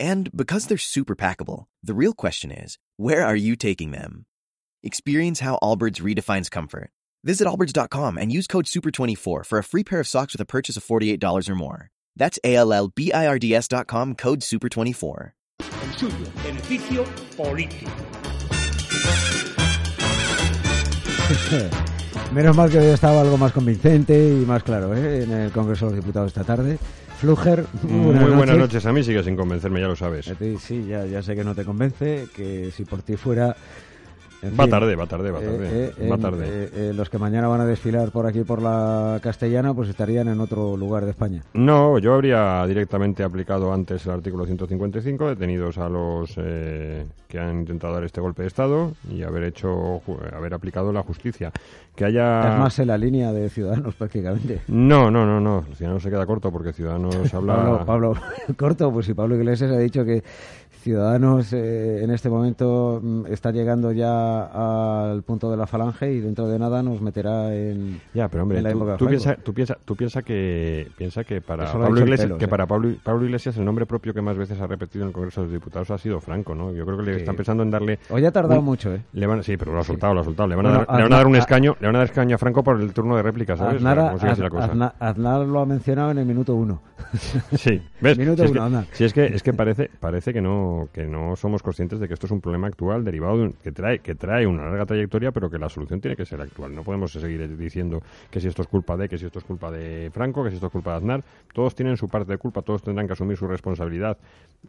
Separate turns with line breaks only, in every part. And because they're super packable, the real question is where are you taking them? Experience how Allbirds redefines comfort. Visit Allbirds.com and use code SUPER24 for a free pair of socks with a purchase of $48 or more. That's A L L B I R D S.com code SUPER24.
el suyo, beneficio político.
Menos mal que había estado algo más convincente y más claro ¿eh? en el Congreso de los Diputados esta tarde. Fluger,
Muy
buenas Eh,
buenas noches. A mí sigue sin convencerme, ya lo sabes.
A ti sí, ya, ya sé que no te convence, que si por ti fuera... en
Va
fin,
tarde, va tarde, va
eh,
tarde.
eh,
va
en-
tarde.
eh, eh, los que mañana van a desfilar por aquí, por la castellana, pues estarían en otro lugar de España.
No, yo habría directamente aplicado antes el artículo 155, detenidos a los eh, que han intentado dar este golpe de Estado y haber hecho, ju- haber aplicado la justicia. Que haya...
Es más en la línea de Ciudadanos prácticamente.
No, no, no, no. Ciudadanos se queda corto porque Ciudadanos
Pablo,
habla...
Pablo, corto, pues si Pablo Iglesias ha dicho que Ciudadanos eh, en este momento mm, está llegando ya al punto de la falange y dentro de nada nos meterá en...
Ya, pero hombre,
en la
tú,
época de
tú
Franco.
piensa, tú piensa, tú piensa que piensa que para
Eso lo ha
Pablo
dicho el
Iglesias,
pelo,
que
sí.
para Pablo, Pablo Iglesias el nombre propio que más veces ha repetido en el Congreso de los Diputados ha sido Franco, ¿no? Yo creo que le
Sí.
están pensando en darle
Hoy ha tardado
un-
mucho, ¿eh?
Le van, sí, pero lo ha soltado, lo ha soltado. Le van, a,
Bueno,
dar, le van a dar un
Aznar-
escaño, le van a dar escaño a Franco por el turno de réplica, ¿sabes?
Aznar,
O sea, como sigue así la
Az-
cosa.
Aznar- Aznar lo ha mencionado en el minuto uno.
Sí, ¿ves?
Minuto
si es,
uno,
que,
Aznar.
si es que es que parece parece que no que no somos conscientes de que esto es un problema actual derivado de un- que trae que trae una larga trayectoria, pero que la solución tiene que ser actual. No podemos seguir diciendo que si esto es culpa de, que si esto es culpa de Franco, que si esto es culpa de Aznar. Todos tienen su parte de culpa, todos tendrán que asumir su responsabilidad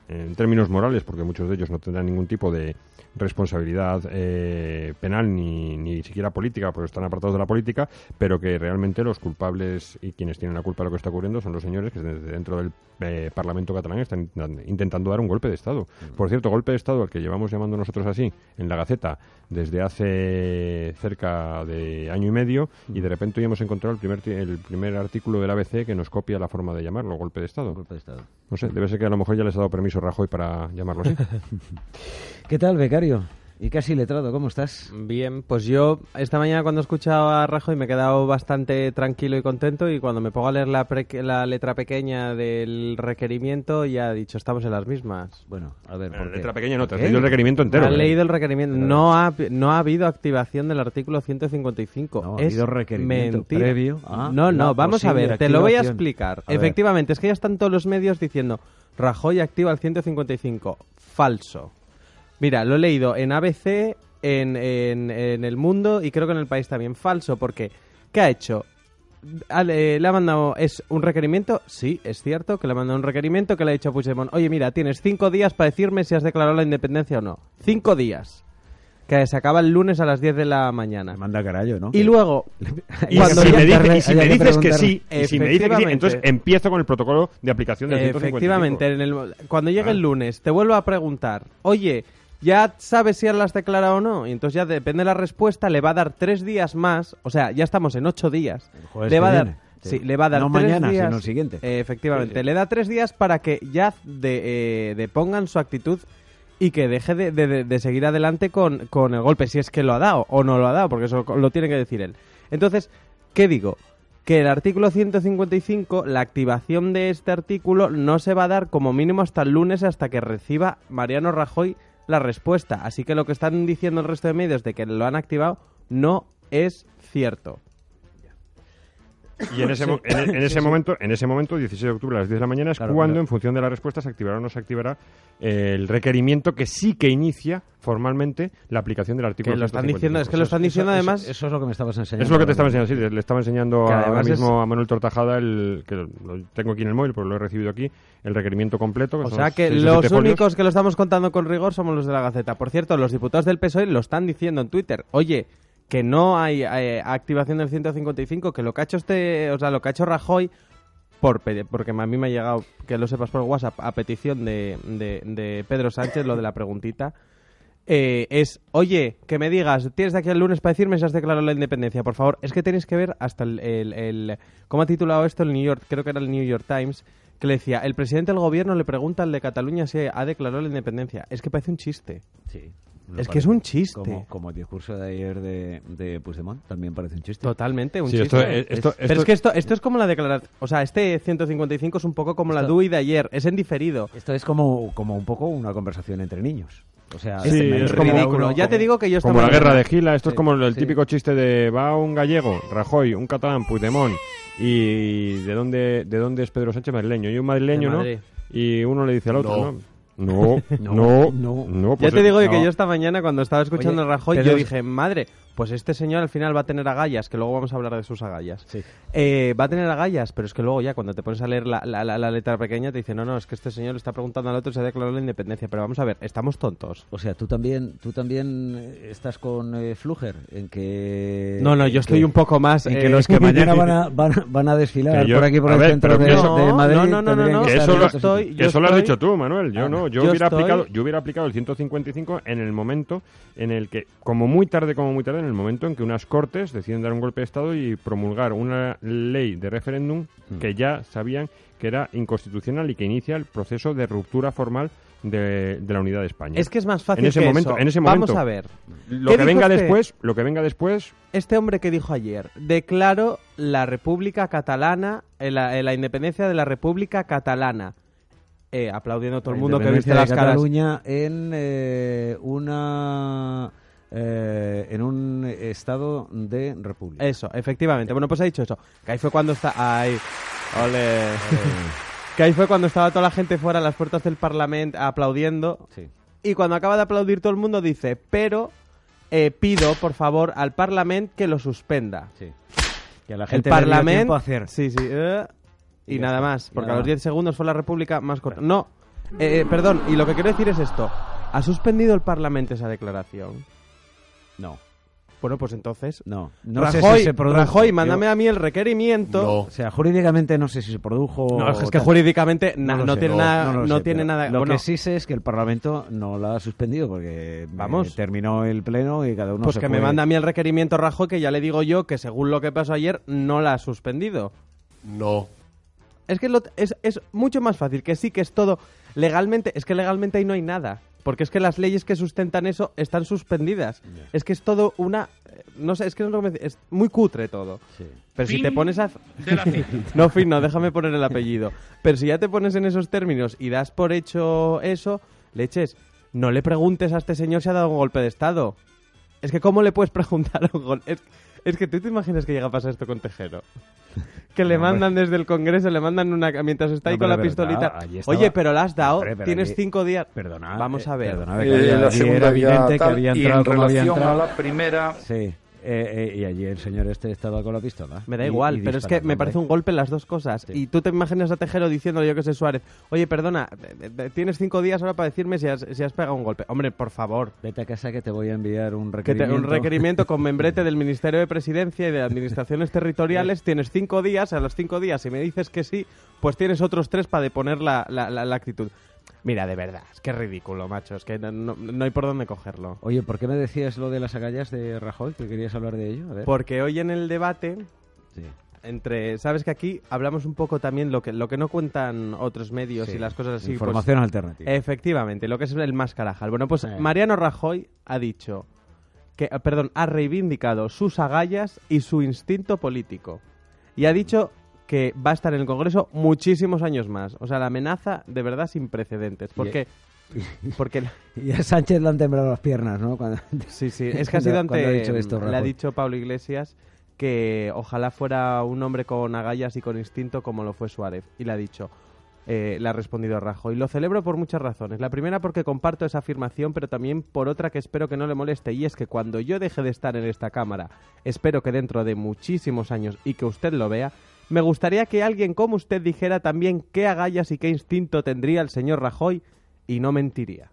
en términos morales, porque muchos de ellos no tendrán ningún tipo de responsabilidad eh, penal ni, ni siquiera política, porque están apartados de la política, pero que realmente los culpables y quienes tienen la culpa de lo que está ocurriendo son los señores que desde dentro del eh, Parlamento catalán están intent- intentando dar un golpe de Estado. Por cierto, golpe de Estado al que llevamos llamando nosotros así en la Gaceta desde hace cerca de año y medio y de repente hoy hemos encontrado el primer, ti- el primer artículo del ABC que nos copia la forma de llamarlo, golpe de Estado. No sé, debe ser que a lo mejor ya les ha dado permiso Rajoy para llamarlo así.
¿Qué tal, becario? Y casi letrado, ¿cómo estás?
Bien, pues yo esta mañana cuando he escuchado a Rajoy me he quedado bastante tranquilo y contento y cuando me pongo a leer la, pre- la letra pequeña del requerimiento ya he dicho, estamos en las mismas.
Bueno, a
Eh,
ver,
La
¿por qué?
letra pequeña no, te has
¿Qué?
leído el requerimiento entero.
has
¿eh?
leído el requerimiento. No ha, no ha habido activación del artículo 155.
No, ha
es
habido requerimiento
mentira.
previo Ah, a
no,
la
no, vamos a
posible
ver, te lo voy a
activación.
explicar.
A ver.
Efectivamente, es que ya están todos los medios diciendo Rajoy activa el 155. Falso. Mira, lo he leído en ABC, en, en- en El Mundo y creo que en El País también. Falso, porque ¿qué ha hecho? Al- eh, le ha mandado, ¿es un requerimiento? Sí, es cierto que le ha mandado un requerimiento que le ha dicho a Puigdemont, oye mira, tienes cinco días para decirme si has declarado la independencia o no. Cinco días. Que se acaba el lunes a las 10 de la mañana.
Manda carallo, ¿no?
Y luego,
Y
cuando
si
ya-
me, dice-
preguntarle-
y si
hay
me
que
dices que
preguntarle.
sí, y si me dices que sí,
Efectivamente.
entonces empiezo con el protocolo de aplicación del 155.
Efectivamente, en el- cuando llegue
Ah.
el lunes te vuelvo a preguntar, oye, ¿ya sabes si las declarado o no? Y entonces ya depende de la respuesta, le va a dar tres días más, o sea, ya estamos en ocho días.
jueves
le va a
que
dar,
viene.
sí,
Sí.
le va a dar
No
tres
mañana,
días,
sino el siguiente.
eh, efectivamente, le da tres días para que ya de, eh, depongan su actitud y que deje de, de- de- de seguir adelante con, con el golpe, si es que lo ha dado o no lo ha dado, porque eso lo tiene que decir él. Entonces, ¿qué digo? Que el artículo 155, la activación de este artículo no se va a dar como mínimo hasta el lunes, hasta que reciba Mariano Rajoy la respuesta. Así que lo que están diciendo el resto de medios de que lo han activado no es cierto.
Y en ese, mo- en, e- en ese momento, en ese momento, 16 de octubre a las 10 de la mañana, es
Claro,
cuando,
pero-
en función de la respuesta, se activará o no se activará el requerimiento que sí que inicia formalmente la aplicación del artículo
Que lo están
155.
diciendo, es que lo están diciendo
Eso-
además...
Eso, es lo que me estabas enseñando.
Es lo que te estaba enseñando, sí, le le estaba enseñando
Que
ahora
además es-
mismo a Manuel Tortajada, el, que lo lo tengo aquí en el móvil, porque lo he recibido aquí, el requerimiento completo.
O
son
sea que
seis o
los
siete folios.
únicos que lo estamos contando con rigor somos los de la Gaceta. Por cierto, los diputados del PSOE E lo están diciendo en Twitter. Oye, que no hay eh, activación del 155, que lo que ha hecho este, o sea, lo que ha hecho Rajoy por, pe- porque a mí me ha llegado, que lo sepas por WhatsApp, a petición de, de- de Pedro Sánchez, lo de la preguntita, eh, es, oye, que me digas, tienes de aquí al lunes para decirme si has declarado la independencia, por favor. Es que tenéis que ver hasta el, el- el- ¿Cómo ha titulado esto el New York? Creo que era el New York Times, que le decía, el presidente del gobierno le pregunta al de Cataluña si ha declarado la independencia. Es que parece un chiste.
Sí.
Es que es un chiste.
Como, como el discurso de ayer de, de Puigdemont, también parece un chiste.
Totalmente, un
Sí,
chiste.
esto- eh, esto-
pero
esto-
es que esto, esto es como la declaración. O sea, este 155 es un poco como la
Esto-
DUI de ayer, es en diferido.
Esto es como, como un poco una conversación entre niños. O sea,
Sí,
se me
es
Es
ríe
ridículo.
uno
Ya
como-
te digo que yo
Como la
estaba-
guerra de Gila, esto
Sí,
es como el
sí.
típico chiste de va un gallego, Rajoy, un catalán, Puigdemont, y de dónde, de dónde es Pedro Sánchez madrileño, y un madrileño,
De
¿no?
Madrid.
Y uno le dice al otro, ¿no? No, no,
No.
no.
Ya
pues
te
es-
digo
no.
que yo esta mañana cuando estaba escuchando
Oye,
a Rajoy,
Pedro-
yo dije, madre, pues este señor al final va a tener agallas, que luego vamos a hablar de sus agallas.
Sí.
Eh, va a tener agallas, pero es que luego ya cuando te pones a leer la, la- la- la letra pequeña te dice, no, no, es que este señor le está preguntando al otro si ha declarado la independencia, pero vamos a ver, estamos tontos.
O sea, tú también, tú también eh, estás con eh, Fluger, en que...
No, no, yo
en
estoy
Eh, que-
un poco más...
En
eh,
que los que mañana van a, van a- van a desfilar
Que yo-
por aquí por
a
el
ver,
centro
pero
de,
que eso-
de Madrid...
No, no, no,
tendrían
no,
que
Que
estar
eso,
en
lo,
otro sitio.
estoy-
que
yo
eso lo has
estoy-
dicho tú, Manuel. Yo
Ah,
no. Yo,
yo
hubiera
estoy-
aplicado, yo hubiera aplicado el 155 en el momento en el que, como muy tarde, como muy tarde, en el momento en que unas cortes deciden dar un golpe de Estado y promulgar una ley de referéndum que ya sabían que era inconstitucional y que inicia el proceso de ruptura formal de, de la unidad de España.
Es que es más fácil
en ese
que
momento,
eso.
En ese
Vamos
momento,
a ver.
Lo
¿Qué
que
dijo
venga
este?
después, lo que venga después,
Este hombre que dijo ayer, declaro la República Catalana, eh, la, eh, la independencia de la República Catalana. Eh, aplaudiendo todo el mundo que viste
Independencia de
las caras.
Cataluña en eh, una eh, en un estado de república.
Eso, efectivamente. Bueno, pues ha dicho eso. Que ahí fue cuando está... Ay, ole. que ahí fue cuando estaba toda la gente fuera a las puertas del Parlamento aplaudiendo.
Sí.
Y cuando acaba de aplaudir todo el mundo dice, pero eh, pido, por favor, al Parlamento que lo suspenda.
Sí. Que a la
el
gente le dio tiempo
Parlamento.
a hacer.
Sí, sí. eh, y
Y ya
nada
está,
más,
y
porque
nada
a los
más.
10 segundos fue la República más corta. No, eh, eh, perdón, y lo que quiero decir es esto. ¿Ha suspendido el Parlamento esa declaración?
No,
Bueno, pues entonces...
no. No sé
Rajoy,
si se produjo.
Rajoy, mándame
Yo-
a mí el requerimiento.
O sea, jurídicamente no sé si se produjo.
No, es que
o tal.
jurídicamente na-
No
no,
lo sé,
tiene
no,
nada...
no
No,
lo sé,
tiene
pero
nada...
Lo
bueno,
que sí sé es que el Parlamento no la ha suspendido porque eh,
Vamos.
terminó el pleno y cada uno
pues
se
que me
fue.
manda a mí el requerimiento Rajoy, que ya le digo yo que según lo que pasó ayer, no la ha suspendido.
No.
Es que lo- es, es mucho más fácil, que sí, que es todo. Legalmente, es que legalmente ahí no hay nada. Porque es que las leyes que sustentan eso están suspendidas. Es que es todo una. eh, No sé, es que no sé cómo decir, es muy cutre todo.
Sí.
Pero si
Fin
te pones a.
de la cita.
No, fin, no, déjame poner el apellido. Pero si ya te pones en esos términos y das por hecho eso, leches, no le preguntes a este señor si ha dado un golpe de Estado. Es que, ¿cómo le puedes preguntar a un golpe? Es, es que tú te imaginas que llega a pasar esto con Tejero. Que le
No, hombre.
mandan desde el Congreso, le mandan una. Mientras está ahí
No,
con
pero
la
de verdad,
pistolita.
allí estaba-
Oye, pero la has dado,
Hombre, pero
tienes
allí-
cinco días.
Perdonad,
Vamos
eh,
a ver.
perdonad, que
Eh,
había-
la
allí
segunda
era
había
evidente que
tal,
había
y
entrado
en
como había
relación a
entrado.
la primera,
Sí. Eh, eh, y allí el señor este estaba con la pistola.
Me da
Y-
igual,
y
pero es que
disparando,
me parece un
hombre.
golpe en las dos cosas.
Sí.
Y tú te imaginas a Tejero diciéndole, yo que sé, Suárez, oye, perdona, eh, eh, tienes cinco días ahora para decirme si has, si has pegado un golpe. Hombre, por favor.
Vete a casa que te voy a enviar un
Que te-
requerimiento.
un requerimiento con membrete del Ministerio de Presidencia y de Administraciones Territoriales. Tienes cinco días, a los cinco días, si me dices que sí, pues tienes otros tres para deponer la, la- la- la actitud. Mira, de verdad, es que es ridículo, macho, es que no, no- no hay por dónde cogerlo.
Oye, ¿por qué me decías lo de las agallas de Rajoy? Que querías hablar de ello. A ver.
Porque hoy en el debate
Sí.
entre sabes que aquí hablamos un poco también lo que lo que no cuentan otros medios
Sí.
y las cosas así pues,
Información alternativa.
efectivamente lo que es el mascarajal bueno pues
Eh.
Mariano Rajoy ha dicho que eh, perdón ha reivindicado sus agallas y su instinto político y ha dicho que va a estar en el Congreso muchísimos años más o sea la amenaza de verdad sin precedentes porque porque
Y a Sánchez le han temblado las piernas, ¿no? Cuando-
Sí, sí, es que ha sido
Cuando- cuando
ante.
ha dicho esto,
le ha
Rajoy.
dicho Pablo Iglesias que ojalá fuera un hombre con agallas y con instinto como lo fue Suárez. Y le ha dicho, eh, le ha respondido Rajoy. Lo celebro por muchas razones. La primera porque comparto esa afirmación, pero también por otra que espero que no le moleste. Y es que cuando yo deje de estar en esta Cámara, espero que dentro de muchísimos años y que usted lo vea, me gustaría que alguien como usted dijera también qué agallas y qué instinto tendría el señor Rajoy y no mentiría.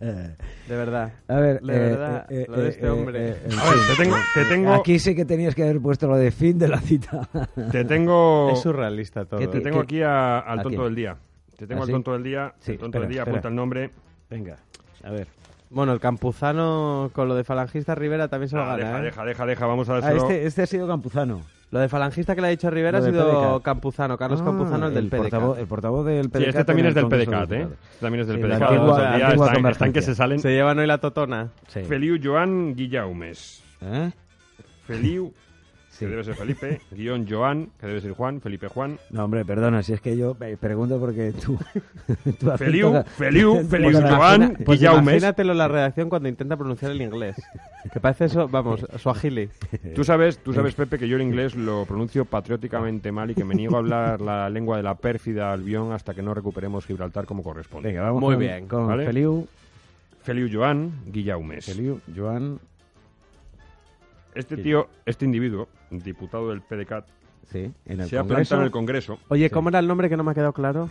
de verdad.
A ver,
de
eh,
verdad,
eh,
lo de
eh,
este
eh,
hombre.
eh, en
A ver,
fin.
te tengo, te tengo,
Aquí sí que tenías que haber puesto lo de fin de la cita.
te tengo,
es surrealista todo.
¿Qué
te
¿Qué?
tengo aquí a- al
¿A
tonto
quién?
del día. Te tengo
¿Ah,
al
sí?
tonto del día.
Sí,
el tonto del
espera,
día,
espera.
apunta el nombre.
Venga, a ver.
Bueno, el campuzano con lo de falangista Rivera también se lo
Ah,
gana.
deja,
¿eh?
deja, deja, deja, vamos a
Ah,
dárselo.
este, este ha sido Campuzano.
Lo de falangista que le ha dicho Rivera ha
Lo de
sido
PDK.
Campuzano, Carlos
Ah,
Campuzano, el del PDK.
Portavoz, el portavoz del PDCAT.
Sí, este también
en
es del
el Congreso
PDCAT,
de
¿eh?
los Diputados.
También es del
Sí,
PDCAT.
la antigua-
Los del
la
día
antigua
están, están que
convergencia.
se salen.
Se llevan hoy la totona.
Sí.
Feliu Joan Guillaumes.
¿Eh?
Feliu,
Sí.
que debe ser Felipe. Guión Joan, que debe ser Juan. Felipe Juan.
No, hombre, perdona, si es que yo me pregunto porque tú... tú haces
Feliu,
toda-
Feliu,
toda
Feliu
la-
Joan
Pues
Guillaumes.
imagínatelo en la redacción cuando intenta pronunciar el inglés. Que parece eso, vamos, suajili.
Tú sabes, tú sabes, Pepe, que yo el inglés lo pronuncio patrióticamente mal y que me niego a hablar la lengua de la pérfida Albión hasta que no recuperemos Gibraltar como corresponde.
Venga, vamos
Muy
con,
bien,
con
¿vale?
Feliu,
Feliu Joan Guillaumes.
Feliu, Joan...
Este tío, este individuo, diputado del PDCAT,
Sí, en el
se ha
Congreso.
plantado en el Congreso.
Oye, ¿cómo era el nombre que no me ha quedado claro?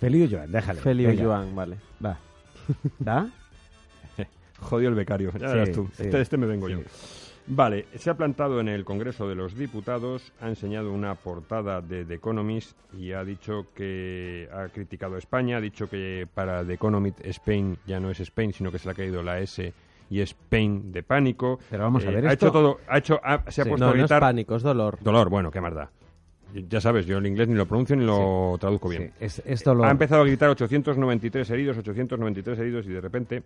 Feliu Joan, déjale.
Feliu
venga,
Joan, vale.
Va. ¿Va?
Jodió el becario, ya
Sí,
verás tú.
sí.
Este, este me vengo
Sí.
yo. Vale, se ha plantado en el Congreso de los Diputados, ha enseñado una portada de The Economist y ha dicho que ha criticado a España, ha dicho que para The Economist Spain ya no es Spain, sino que se le ha caído la S y es Spain de pánico. Eh,
Pero vamos a ver,
ha
esto-
hecho todo, ha hecho, ha- se ha
Sí.
puesto
No,
a
no es
gritar.
pánico, es dolor.
Dolor, bueno, qué más da. Ya sabes, yo el inglés ni lo pronuncio ni lo traduzco bien.
Sí, es, esto lo...
Ah,
Ha empezado a gritar 893 heridos, 893 heridos y de repente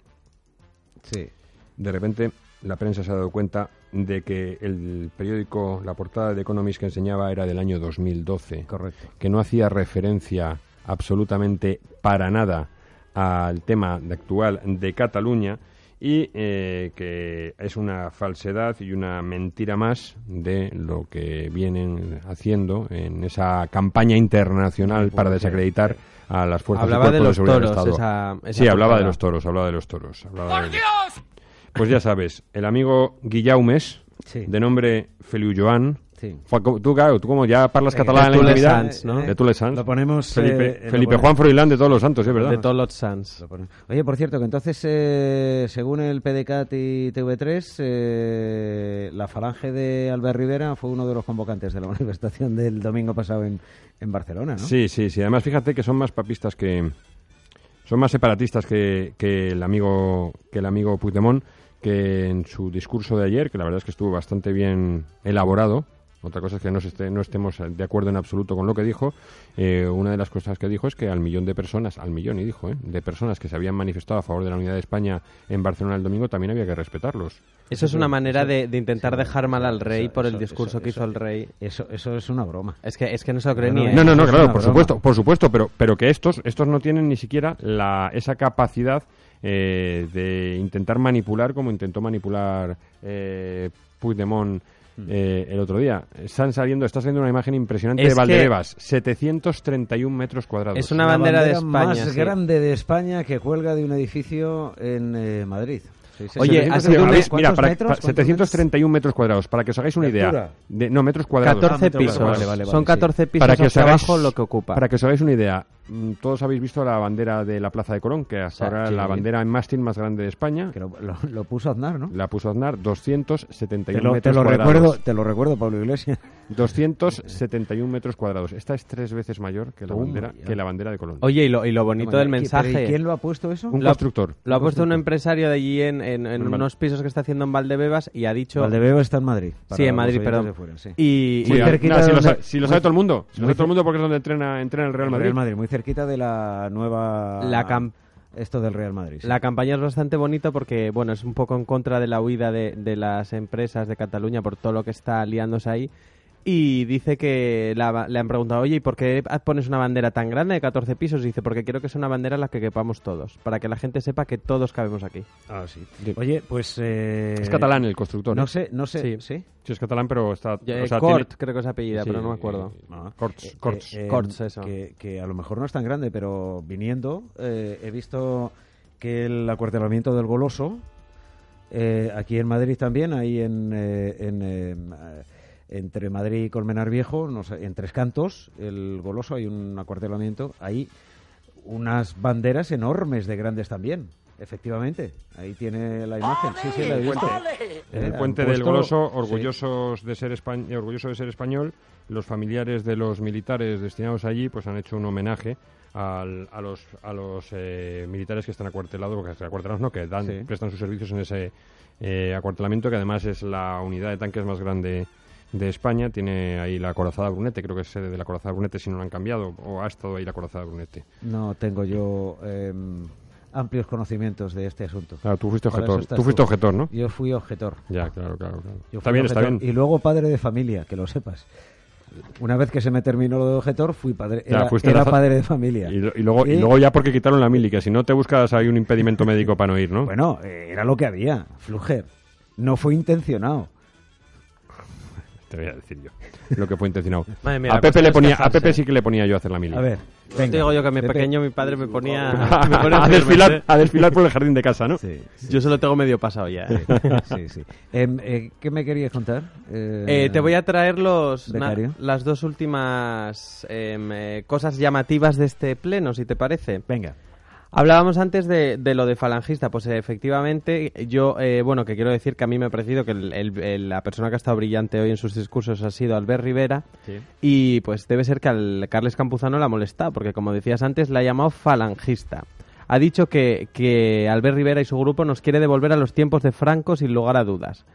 Sí.
de repente la prensa se ha dado cuenta de que el periódico, la portada de The Economist que enseñaba era del año 2012,
Correcto.
que no hacía referencia absolutamente para nada al tema de- actual de Cataluña y eh, que es una falsedad y una mentira más de lo que vienen haciendo en esa campaña internacional para desacreditar a las fuerzas y
Pues, eh, Hablaba de
cuerpos
los
seguridad del
toros,
Estado.
esa, esa
Sí, hablaba
portada.
de los toros, hablaba de los toros. ¡Por Dios! Pues ya sabes, el amigo Guillaumes,
Sí.
de nombre Feliu Joan.
Sí.
Fue co- Tú, claro, tú como ya parlas
Eh,
catalán en
tú
la
le
intimidad.
sans, ¿no?
que tú le sans.
Lo ponemos... eh,
Felipe,
lo
Felipe
pone-
Juan Froilán de todos los santos, es
De
verdad.
todos los Sans.
lo pone- Oye, por cierto, que entonces, eh, según el PDCAT y TV3, eh, la falange de Albert Rivera fue uno de los convocantes de la manifestación del domingo pasado en, en Barcelona, ¿no?
Sí, sí, sí. Además, fíjate que son más papistas que. Son más separatistas que, que el amigo que el amigo Puigdemont, que en su discurso de ayer, que la verdad es que estuvo bastante bien elaborado. Otra cosa es que no, se esté- no estemos de acuerdo en absoluto con lo que dijo. Eh, una de las cosas que dijo es que al millón de personas, al millón y dijo, ¿eh? de personas que se habían manifestado a favor de la unidad de España en Barcelona el domingo, también había que respetarlos.
Eso es una manera de, de intentar
Sí,
dejar mal al rey
eso-
por el
eso-
discurso
eso-
que hizo
eso-
el rey.
Eso, eso es una broma.
Es que, es que no se lo cree
No,
ni ¿eh?
no,
él.
No, no,
Eso
no,
es
claro,
una
por
broma.
supuesto, por supuesto, pero, pero que estos, estos no tienen ni siquiera la, esa capacidad eh, de intentar manipular como intentó manipular eh, Puigdemont eh, el otro día. Están saliendo, está saliendo una imagen impresionante
Hmm. Es
de
que-
Valderevas, 731 metros cuadrados.
Es una bandera de España,
más
sí.
grande de España que cuelga de un edificio en eh, Madrid. Sí, sí,
Oye,
sí.
ha sido un-
¿Cuántos
¿cuántos
mira, para-
metros?
para-
¿Cuántos
731 metros cuadrados, para que os hagáis una
¿De
idea.
altura?
De, no, metros cuadrados.
14
metros
pisos.
cuadrados. Vale, vale,
Son
vale,
14 pisos
Para que os
hacia
hagáis-
abajo lo que ocupa.
Para que os hagáis una idea, mm, todos habéis visto la bandera de la Plaza de Colón, que hasta
Ah,
ahora es
sí.
la bandera en mástil más grande de España.
Que lo, lo- lo puso Aznar, ¿no?
La puso Aznar, 271
Te lo, te
metros
lo
cuadrados.
recuerdo, te lo recuerdo, Pablo Iglesias.
271 metros cuadrados. Esta es tres veces mayor que la,
Toma
bandera,
ya.
que la bandera de Colón.
Oye, y lo, y lo bonito del
¿Pero
mensaje.
¿Y quién lo ha puesto eso?
Un
lo-
constructor.
Lo ha puesto un empresario de allí en, en- en
Normal.
unos pisos que está haciendo en Valdebebas y ha dicho...
Valdebebeo está en Madrid. para
sí, en
los
Madrid,
oyentes
perdón.
de fuera, sí.
Y,
Sí,
muy
ah,
cerquita
no, si,
de
lo
donde-
sabe, si lo sabe todo el mundo. Si lo
muy
sabe todo el mundo porque es donde entrena, entrena el Real Madrid.
Real Madrid, muy cerquita de la nueva...
La cam-
Esto del Real Madrid. sí.
La campaña es bastante bonita porque, bueno, es un poco en contra de la huida de, de las empresas de Cataluña por todo lo que está liándose ahí. Y dice que la- le han preguntado, oye, ¿y por qué pones una bandera tan grande de 14 pisos? Y dice, porque quiero que sea una bandera en la que quepamos todos, para que la gente sepa que todos cabemos aquí.
Ah, sí.
Sí.
Oye, pues... eh,
Es catalán el constructor.
No
¿eh?
sé, no sé.
Sí.
Sí, es catalán, pero está...
Eh,
o sea,
Cort,
tiene-
creo que es apellida,
sí,
pero no me acuerdo.
eh,
Ah.
Corts,
Eh,
Corts.
eh, eh,
Corts, eso.
Que, que a lo mejor no es tan grande, pero viniendo eh, he visto que el acuartelamiento del Goloso, eh, aquí en Madrid también, ahí en, eh, en, eh, entre Madrid y Colmenar Viejo, no sé, en Tres Cantos, el Goloso hay un acuartelamiento, hay unas banderas enormes de grandes también. Efectivamente, ahí tiene la imagen. Sí, sí, la he
El
visto.
puente, En el
Eh,
puente
han
del
puesto-
Goloso,
sí.
orgullosos de ser españ- eh, orgulloso de ser español, los familiares de los militares destinados allí pues han hecho un homenaje al- a los, a los eh, militares que están acuartelados, porque acuartelados no, que dan,
Sí.
prestan sus servicios en ese eh, acuartelamiento, que además es la unidad de tanques más grande de España. Tiene ahí la Corazada Brunete, creo que es sede de la Corazada Brunete, si no la han cambiado, o ha estado ahí la Corazada Brunete.
No tengo yo eh, amplios conocimientos de este asunto.
Ah, tú fuiste
Para eso
objetor,
estás
tú fuiste objetor, ¿no?
Yo fui objetor.
Ya, claro, claro. claro.
Yo
Está
fui
bien, está
objetor
bien.
Y luego padre de familia, que lo sepas. Una vez que se me terminó lo de objetor, fui padre,
Ya,
era,
fuiste
era
la-
padre de familia.
Y, lo- y luego, y
Y-
luego ya porque quitaron la mili, que si no te buscas hay un impedimento médico para no ir, ¿no?
Bueno, eh, era lo que había, Fluger. No fue intencionado.
Te voy a decir yo lo que fue intencionado.
Madre mía, la
a Pepe
cosa
le
es
ponía, a
casarse.
Pepe sí que le ponía yo a hacer la mili.
A ver,
Te
venga.
digo yo que me
Pepe.
pequeño mi padre me ponía, me ponía
a,
firme,
desfilar,
¿eh?
a desfilar por el jardín de casa, ¿no?
Sí, sí,
Yo se lo tengo medio pasado ya. ¿eh?
sí, sí. Em, eh, ¿Qué me querías contar?
Eh, te voy a traer los, na-
Becario.
las dos últimas em, eh, cosas llamativas de este pleno, si te parece.
Venga.
Hablábamos antes de, de lo de falangista, pues eh, efectivamente yo, eh, bueno, que quiero decir que a mí me ha parecido que el- el- el- la persona que ha estado brillante hoy en sus discursos ha sido Albert Rivera y pues debe ser que al Carles Campuzano la ha molestado, porque como decías antes, la ha llamado falangista. Ha dicho que, que Albert Rivera y su grupo nos quiere devolver a los tiempos de Franco sin lugar a dudas.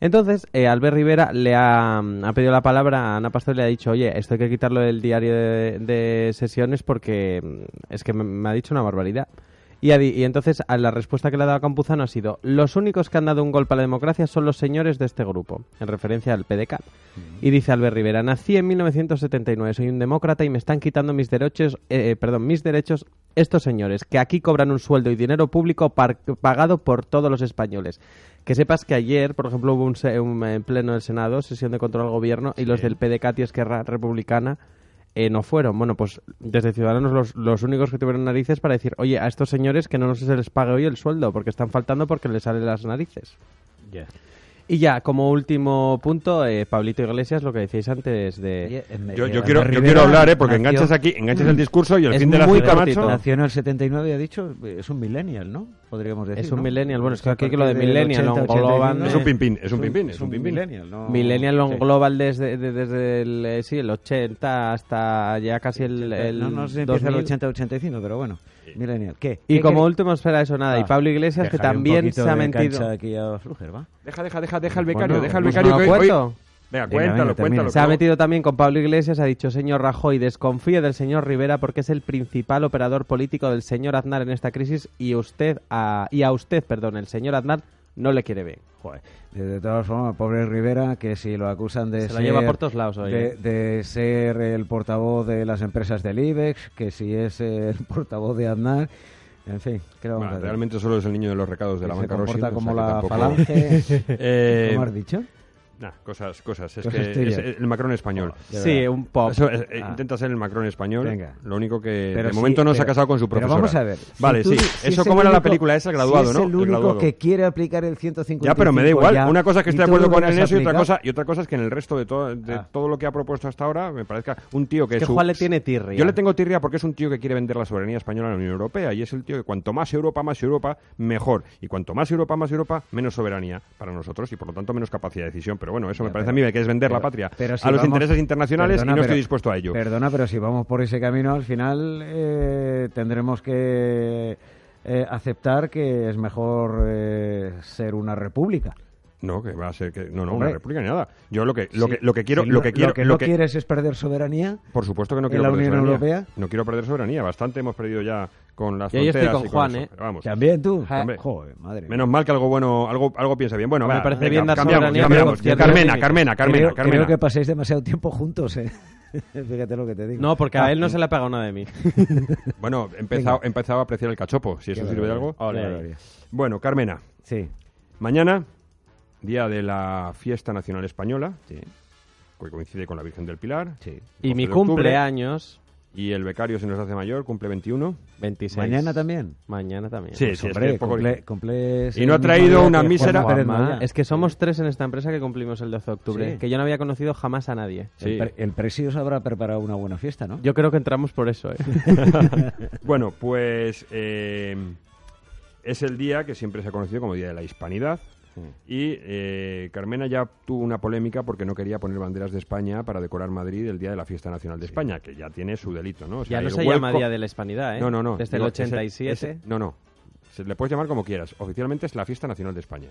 Entonces, eh, Albert Rivera le ha, mm, ha pedido la palabra a Ana Pastor y le ha dicho, oye, esto hay que quitarlo del diario de, de sesiones porque mm, es que me, me ha dicho una barbaridad. Y, ha di- y entonces a la respuesta que le ha dado Campuzano ha sido, los únicos que han dado un golpe a la democracia son los señores de este grupo, en referencia al PDK. Y dice Albert Rivera, nací en 1979, soy un demócrata y me están quitando mis derechos, eh, perdón, mis derechos estos señores, que aquí cobran un sueldo y dinero público par- pagado por todos los españoles. Que sepas que ayer, por ejemplo, hubo un, se- un, eh, pleno del Senado, sesión de control al gobierno, y los del PDCAT y Esquerra Republicana eh, no fueron. Bueno, pues desde Ciudadanos los, los únicos que tuvieron narices para decir, oye, a estos señores que no nos se les pague hoy el sueldo, porque están faltando porque les salen las narices. Y ya, como último punto, eh, Pablito Iglesias, lo que decíais antes de...
eh, em,
Yo, yo quiero, yo quiero hablar, ¿eh? Porque enganchas
aquí
aquí, enganchas el discurso y el
Es
fin de la
muy
cita,
cortito.
macho.
Nació en el 79 y ha dicho, es un millennial, ¿no? Podríamos decir.
Es un
¿no?
millennial. Bueno, es que
A
aquí que lo de
partir del
millennial
80,
lo engloban-
89.
Es un pimpín, es un pimpín, es un pimpín.
millennial, ¿no?
Millennial on
Sí.
Global desde, de- desde el, eh, sí, el 80 hasta ya casi el, el
no, no sé si empieza el
2000.
80-85, pero bueno, millennial. ¿Qué?
Y
¿Qué
como
queréis?
último, espera eso, nada. y
Ah,
Pablo Iglesias, que
Dejaré un
también
poquito
se ha
de
mentido.
cancha aquí a Fluger, ¿va?
Deja, deja, deja, deja el
Bueno, pues
no
¿eh?
lo cuento.
Venga,
Venga,
venga,
cuéntalo,
termina.
cuéntalo.
Se ha
que-
metido también con Pablo Iglesias, ha dicho, señor Rajoy, desconfíe del señor Rivera porque es el principal operador político del señor Aznar en esta crisis y usted a, y a usted, perdón, el señor Aznar no le quiere bien.
Joder. De, de todas formas, pobre Rivera, que si lo acusan de
Se la
ser-
lleva por todos lados hoy,
De,
¿eh?
de ser el portavoz de las empresas del IBEX, que si es el portavoz de Aznar. En fin, creo
Bueno, realmente solo es el niño de los recados de la
se
banca Rossi.
comporta
o sea
como
que
la
tampoco-
falange.
Eh,
¿Cómo has dicho?
nah, cosas, cosas. Es
Cosas
que
tuyas.
es el Macron español.
De
Sí,
verdad.
un pop.
Eso, eh, eh,
Ah.
Intenta ser el Macron español.
Venga.
Lo único que
Pero
de
sí,
momento no se ha
pero-
casado con su
pero
profesora.
vamos a ver.
Vale,
Si tú-
sí.
si
eso
es
como
el
era la
único-
película esa, el graduado,
si es
¿no?
el único
graduado.
que quiere aplicar el 155.
Ya, pero me da igual.
ya,
Una cosa es que
y
esté de
tú
acuerdo
lo
con él
has
en eso y otra,
aplicado.
cosa, y otra cosa es que en el resto de, todo, de
Ah.
todo lo que ha propuesto hasta ahora me parezca un tío que...
Es que
su-
Juan le tiene tirria.
Yo le tengo tirria porque es un tío que quiere vender la soberanía española a la Unión Europea y es el tío que cuanto más Europa, más Europa, mejor. Y cuanto más Europa, más Europa, menos soberanía para nosotros y por lo tanto menos capacidad de decisión. Pero bueno, eso me
Ya,
parece
pero-
a mí que es vender la
pero-
patria
pero si
a los
vamos-
intereses internacionales
Perdona,
y no
pero-
estoy dispuesto a ello.
Perdona, pero si vamos por ese camino, al final eh, tendremos que eh, aceptar que es mejor eh, ser una república.
No, que va a ser que no, no,
Hombre.
una república ni nada. Yo lo que lo
Sí.
que lo que quiero
Si
lo que quiero
lo que no quieres es perder soberanía.
por supuesto que no
en
quiero
la
perder
Unión
soberanía.
Europea.
No quiero perder soberanía, bastante hemos perdido ya con las
Y ahí estoy
fronteras
con
y
Juan,
eso,
¿eh?
pero vamos.
También tú.
Hombre.
Joder, madre. mía.
Menos mal que algo bueno, algo algo piensa bien. Bueno,
Me
va,
parece
venga,
bien la
cambiamos,
soberanía,
cambiamos.
pero con
Carmena,
cierto
Carmena, Carmena,
creo,
Carmena.
creo que pasáis demasiado tiempo juntos, ¿eh? Fíjate lo que te digo.
No, porque
Ah,
a él no se le ha pagado nada de mí.
Pues Bueno, he empezado, he empezado a apreciar el cachopo, si eso
Qué
sirve de algo.
barbaridad. Qué barbaridad.
Bueno, Carmena,
Sí.
mañana día de la fiesta nacional española,
Sí.
que coincide con la Virgen del Pilar.
sí.
Y
12
mi
de octubre,
cumpleaños,
Y el becario se nos hace mayor, cumple 21.
26.
Mañana también.
Mañana también.
Sí, sí, es que
Pues Hombre,
es poco-
cumple, cumples
Y no
el
ha
mismo
traído
día que
una
Juanma
mísera-
Pérez
Mamá,
Maya.
es que somos tres en esta empresa que cumplimos el 12 de octubre,
Sí.
que yo no había conocido jamás a nadie.
Sí.
El, pre- el Presidios habrá preparado una buena fiesta, ¿no?
Yo creo que entramos por eso, ¿eh?
Bueno, pues eh, es el día que siempre se ha conocido como Día de la Hispanidad. Y eh, Carmena ya tuvo una polémica porque no quería poner banderas de España para decorar Madrid el día de la Fiesta Nacional de España, que ya tiene su delito, ¿no? O sea,
Ya no
el
se llama
vuelco-
Día de la Hispanidad, ¿eh?
No, no, no.
Desde
Digo,
el
ese-
87,
ese- no, no. Se le puedes llamar como quieras. Oficialmente es la Fiesta Nacional de España.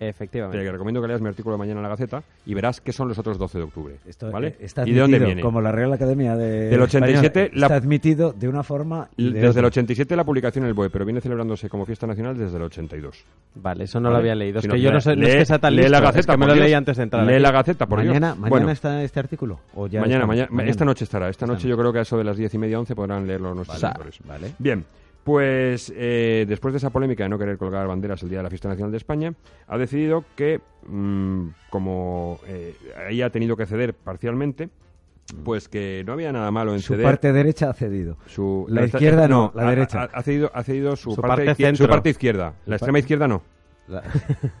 efectivamente.
Te recomiendo que leas mi artículo de mañana en la Gaceta y verás qué son los otros 12 de octubre.
Esto
¿vale?
eh, está
¿Y de dónde
admitido,
viene?
Como la Real Academia de
Del 87,
Española, está
la-
admitido de una forma. y de
Desde el
otra.
87 la publicación en el BOE, pero viene celebrándose como fiesta nacional desde el 82.
Vale, eso no lo
Vale.
había leído. Es
Si
que yo
lee-
no sé, no es
lee-
que sea tan
lee la
listo, es
Gaceta,
que me
por
lo
Dios.
leí antes de entrar.
Lee
aquí.
la Gaceta, por Dios.
mañana, mañana
Bueno,
está este artículo. O ya
mañana,
está?
mañana- esta noche estará. Esta noche yo creo que a eso de las 10 y media, 11 podrán leerlo nuestros
Vale.
lectores.
Vale.
Bien, pues eh, después de esa polémica de no querer colgar banderas el día de la Fiesta Nacional de España, ha decidido que, mm, como eh, ahí ha tenido que ceder parcialmente,
Mm.
pues que no había nada malo en
Su
ceder.
parte derecha ha cedido.
su-
la
esta-
izquierda no, la
ha-
derecha.
Ha, ha cedido, ha cedido su,
Su
parte,
parte
izquier- su
centro.
parte izquierda. La extrema izquierda no.
La-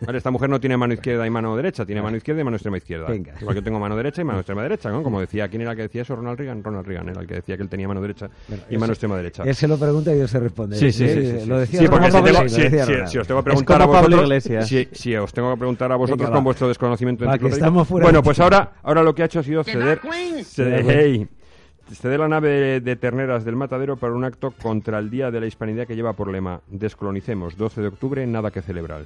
Vale, esta mujer no tiene mano izquierda y mano derecha, tiene mano izquierda y mano extrema izquierda.
Ah. Venga.
Igual que yo tengo mano derecha y mano extrema derecha, ¿no? Como decía, ¿quién era el que decía eso? Ronald Reagan. Ronald Reagan era el que decía que él tenía mano derecha y mano extrema derecha.
Él se lo pregunta y él se responde.
Sí, sí, sí, sí,
Lo decía
Sí, porque si,
Ramón
tengo-
Pablo, sí,
si-
lo decía
si-
Ramón.
si os tengo que preguntar a
como Pablo
vosotros,
Iglesias.
si, si os tengo que preguntar a vosotros
Venga,
con
va.
vuestro desconocimiento
Va, que
enciclopédico,
estamos fuera
Bueno,
de
pues
tiempo.
ahora, ahora lo que ha hecho ha sido ceder, ceder,
Que no,
hey, ceder la nave de, de terneras del matadero para un acto contra el Día de la Hispanidad que lleva por lema descolonicemos 12 de octubre, nada que celebrar.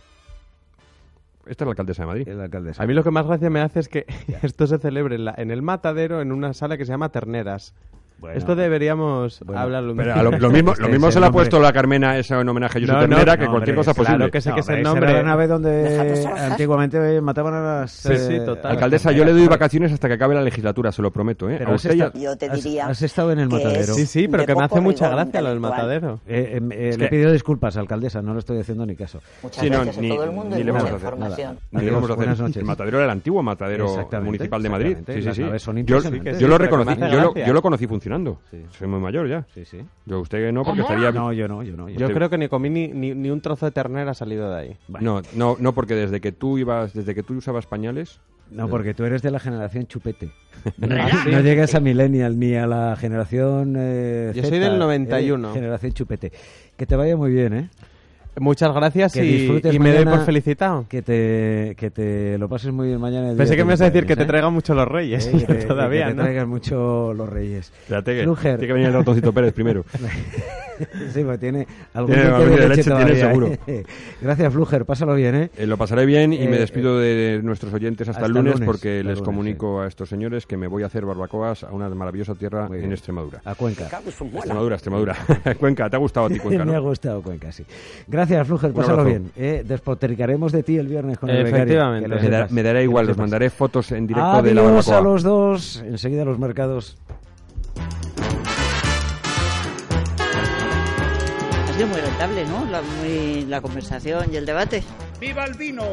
Esta es la alcaldesa de Madrid.
El alcalde.
A mí lo que más gracia me hace es que esto se celebre en, la- en el matadero en una sala que se llama Terneras.
Bueno.
esto deberíamos
Bueno,
hablarlo. un
Pero
día.
a lo, lo mismo, lo
Ese
mismo se le ha
nombre.
puesto la Carmena esa en homenaje a Jesús
No, no,
Ternera
no,
que cualquier
hombre,
cosa
claro
posible.
Este que sí. sé es el
esa
nombre.
Era la nave donde antiguamente mataban a las. eh,
Sí, sí, total.
Alcaldesa, yo le doy vacaciones hasta que acabe la legislatura, se lo prometo. ¿eh?
Pero
A
has
usted y a-
estado-
Yo te
has-
diría
Has, estado en el
que es-
matadero.
Sí, sí, pero
de
que me
poco
hace mucha
rigor
gracia lo del
intelectual.
matadero.
Eh, eh, eh, le
que-
he pedido disculpas, alcaldesa, no le estoy haciendo ni caso.
Muchas
Sí, no,
gracias
ni-
a todo el mundo
ni
y
le
mucha
vamos a hacer nada.
información.
Ni le
Adiós,
vamos a hacer.
buenas noches.
El matadero era el antiguo matadero
Exactamente,
municipal de Madrid.
exactamente.
Sí, sí,
Las
sí.
naves son
Yo,
impresionantes.
yo lo
Pero que me
reconocí,
hace
yo lo,
gracia.
yo lo conocí funcionando.
Sí.
Soy muy mayor ya.
Sí, sí.
Yo usted no, porque estaría.
No, yo no, yo no. yo
Yo
Usted-
creo que ni comí ni, ni, ni un trozo de ternera ha salido de ahí.
No, no, no, porque desde que tú ibas, desde que tú usabas pañales,
No, porque tú eres de la generación chupete. No,
Ah, sí.
no llegas a Millennial ni a la generación. eh,
Yo
Z,
soy del
eh,
91.
generación chupete. Que te vaya muy bien, ¿eh?
Muchas gracias
Que
y,
disfrutes
y me doy
mañana.
por felicitado.
Que te, que te lo pases muy bien mañana. el
Pensé
día
que
de
me ibas a decir
cumpleaños,
que te
¿eh?
traigan mucho los reyes.
Sí, que te-
Todavía,
que te
¿no?
traigan mucho los reyes.
espérate que
Fluger.
tiene que venir el ratoncito Pérez primero.
Sí, pues tiene algún
Tiene
diente de
algún diente de
leche,
leche, tiene
todavía, ¿eh? Gracias, Fluger. Pásalo bien, ¿eh?
Eh, lo pasaré bien y me
Eh,
despido de nuestros oyentes hasta, el lunes,
hasta
porque les
el lunes,
comunico a estos señores que me voy a hacer barbacoas a una maravillosa tierra en Extremadura.
A Cuenca.
Extremadura, Extremadura. Cuenca, ¿te ha gustado a ti Cuenca?
Me ha
¿no?
gustado Cuenca, sí. Gracias, Fluger. Pásalo
abrazo.
bien. ¿eh? Despotricaremos de ti el viernes con el becario.
Efectivamente.
que lo
Me, dará-
sepas.
me dará
Que lo
igual, los
sepas.
mandaré fotos en directo
Adiós
de la barbacoa.
a los dos. Enseguida los mercados.
Ha sido muy rentable, ¿no? La, muy- la conversación y el debate.
¡Viva el vino!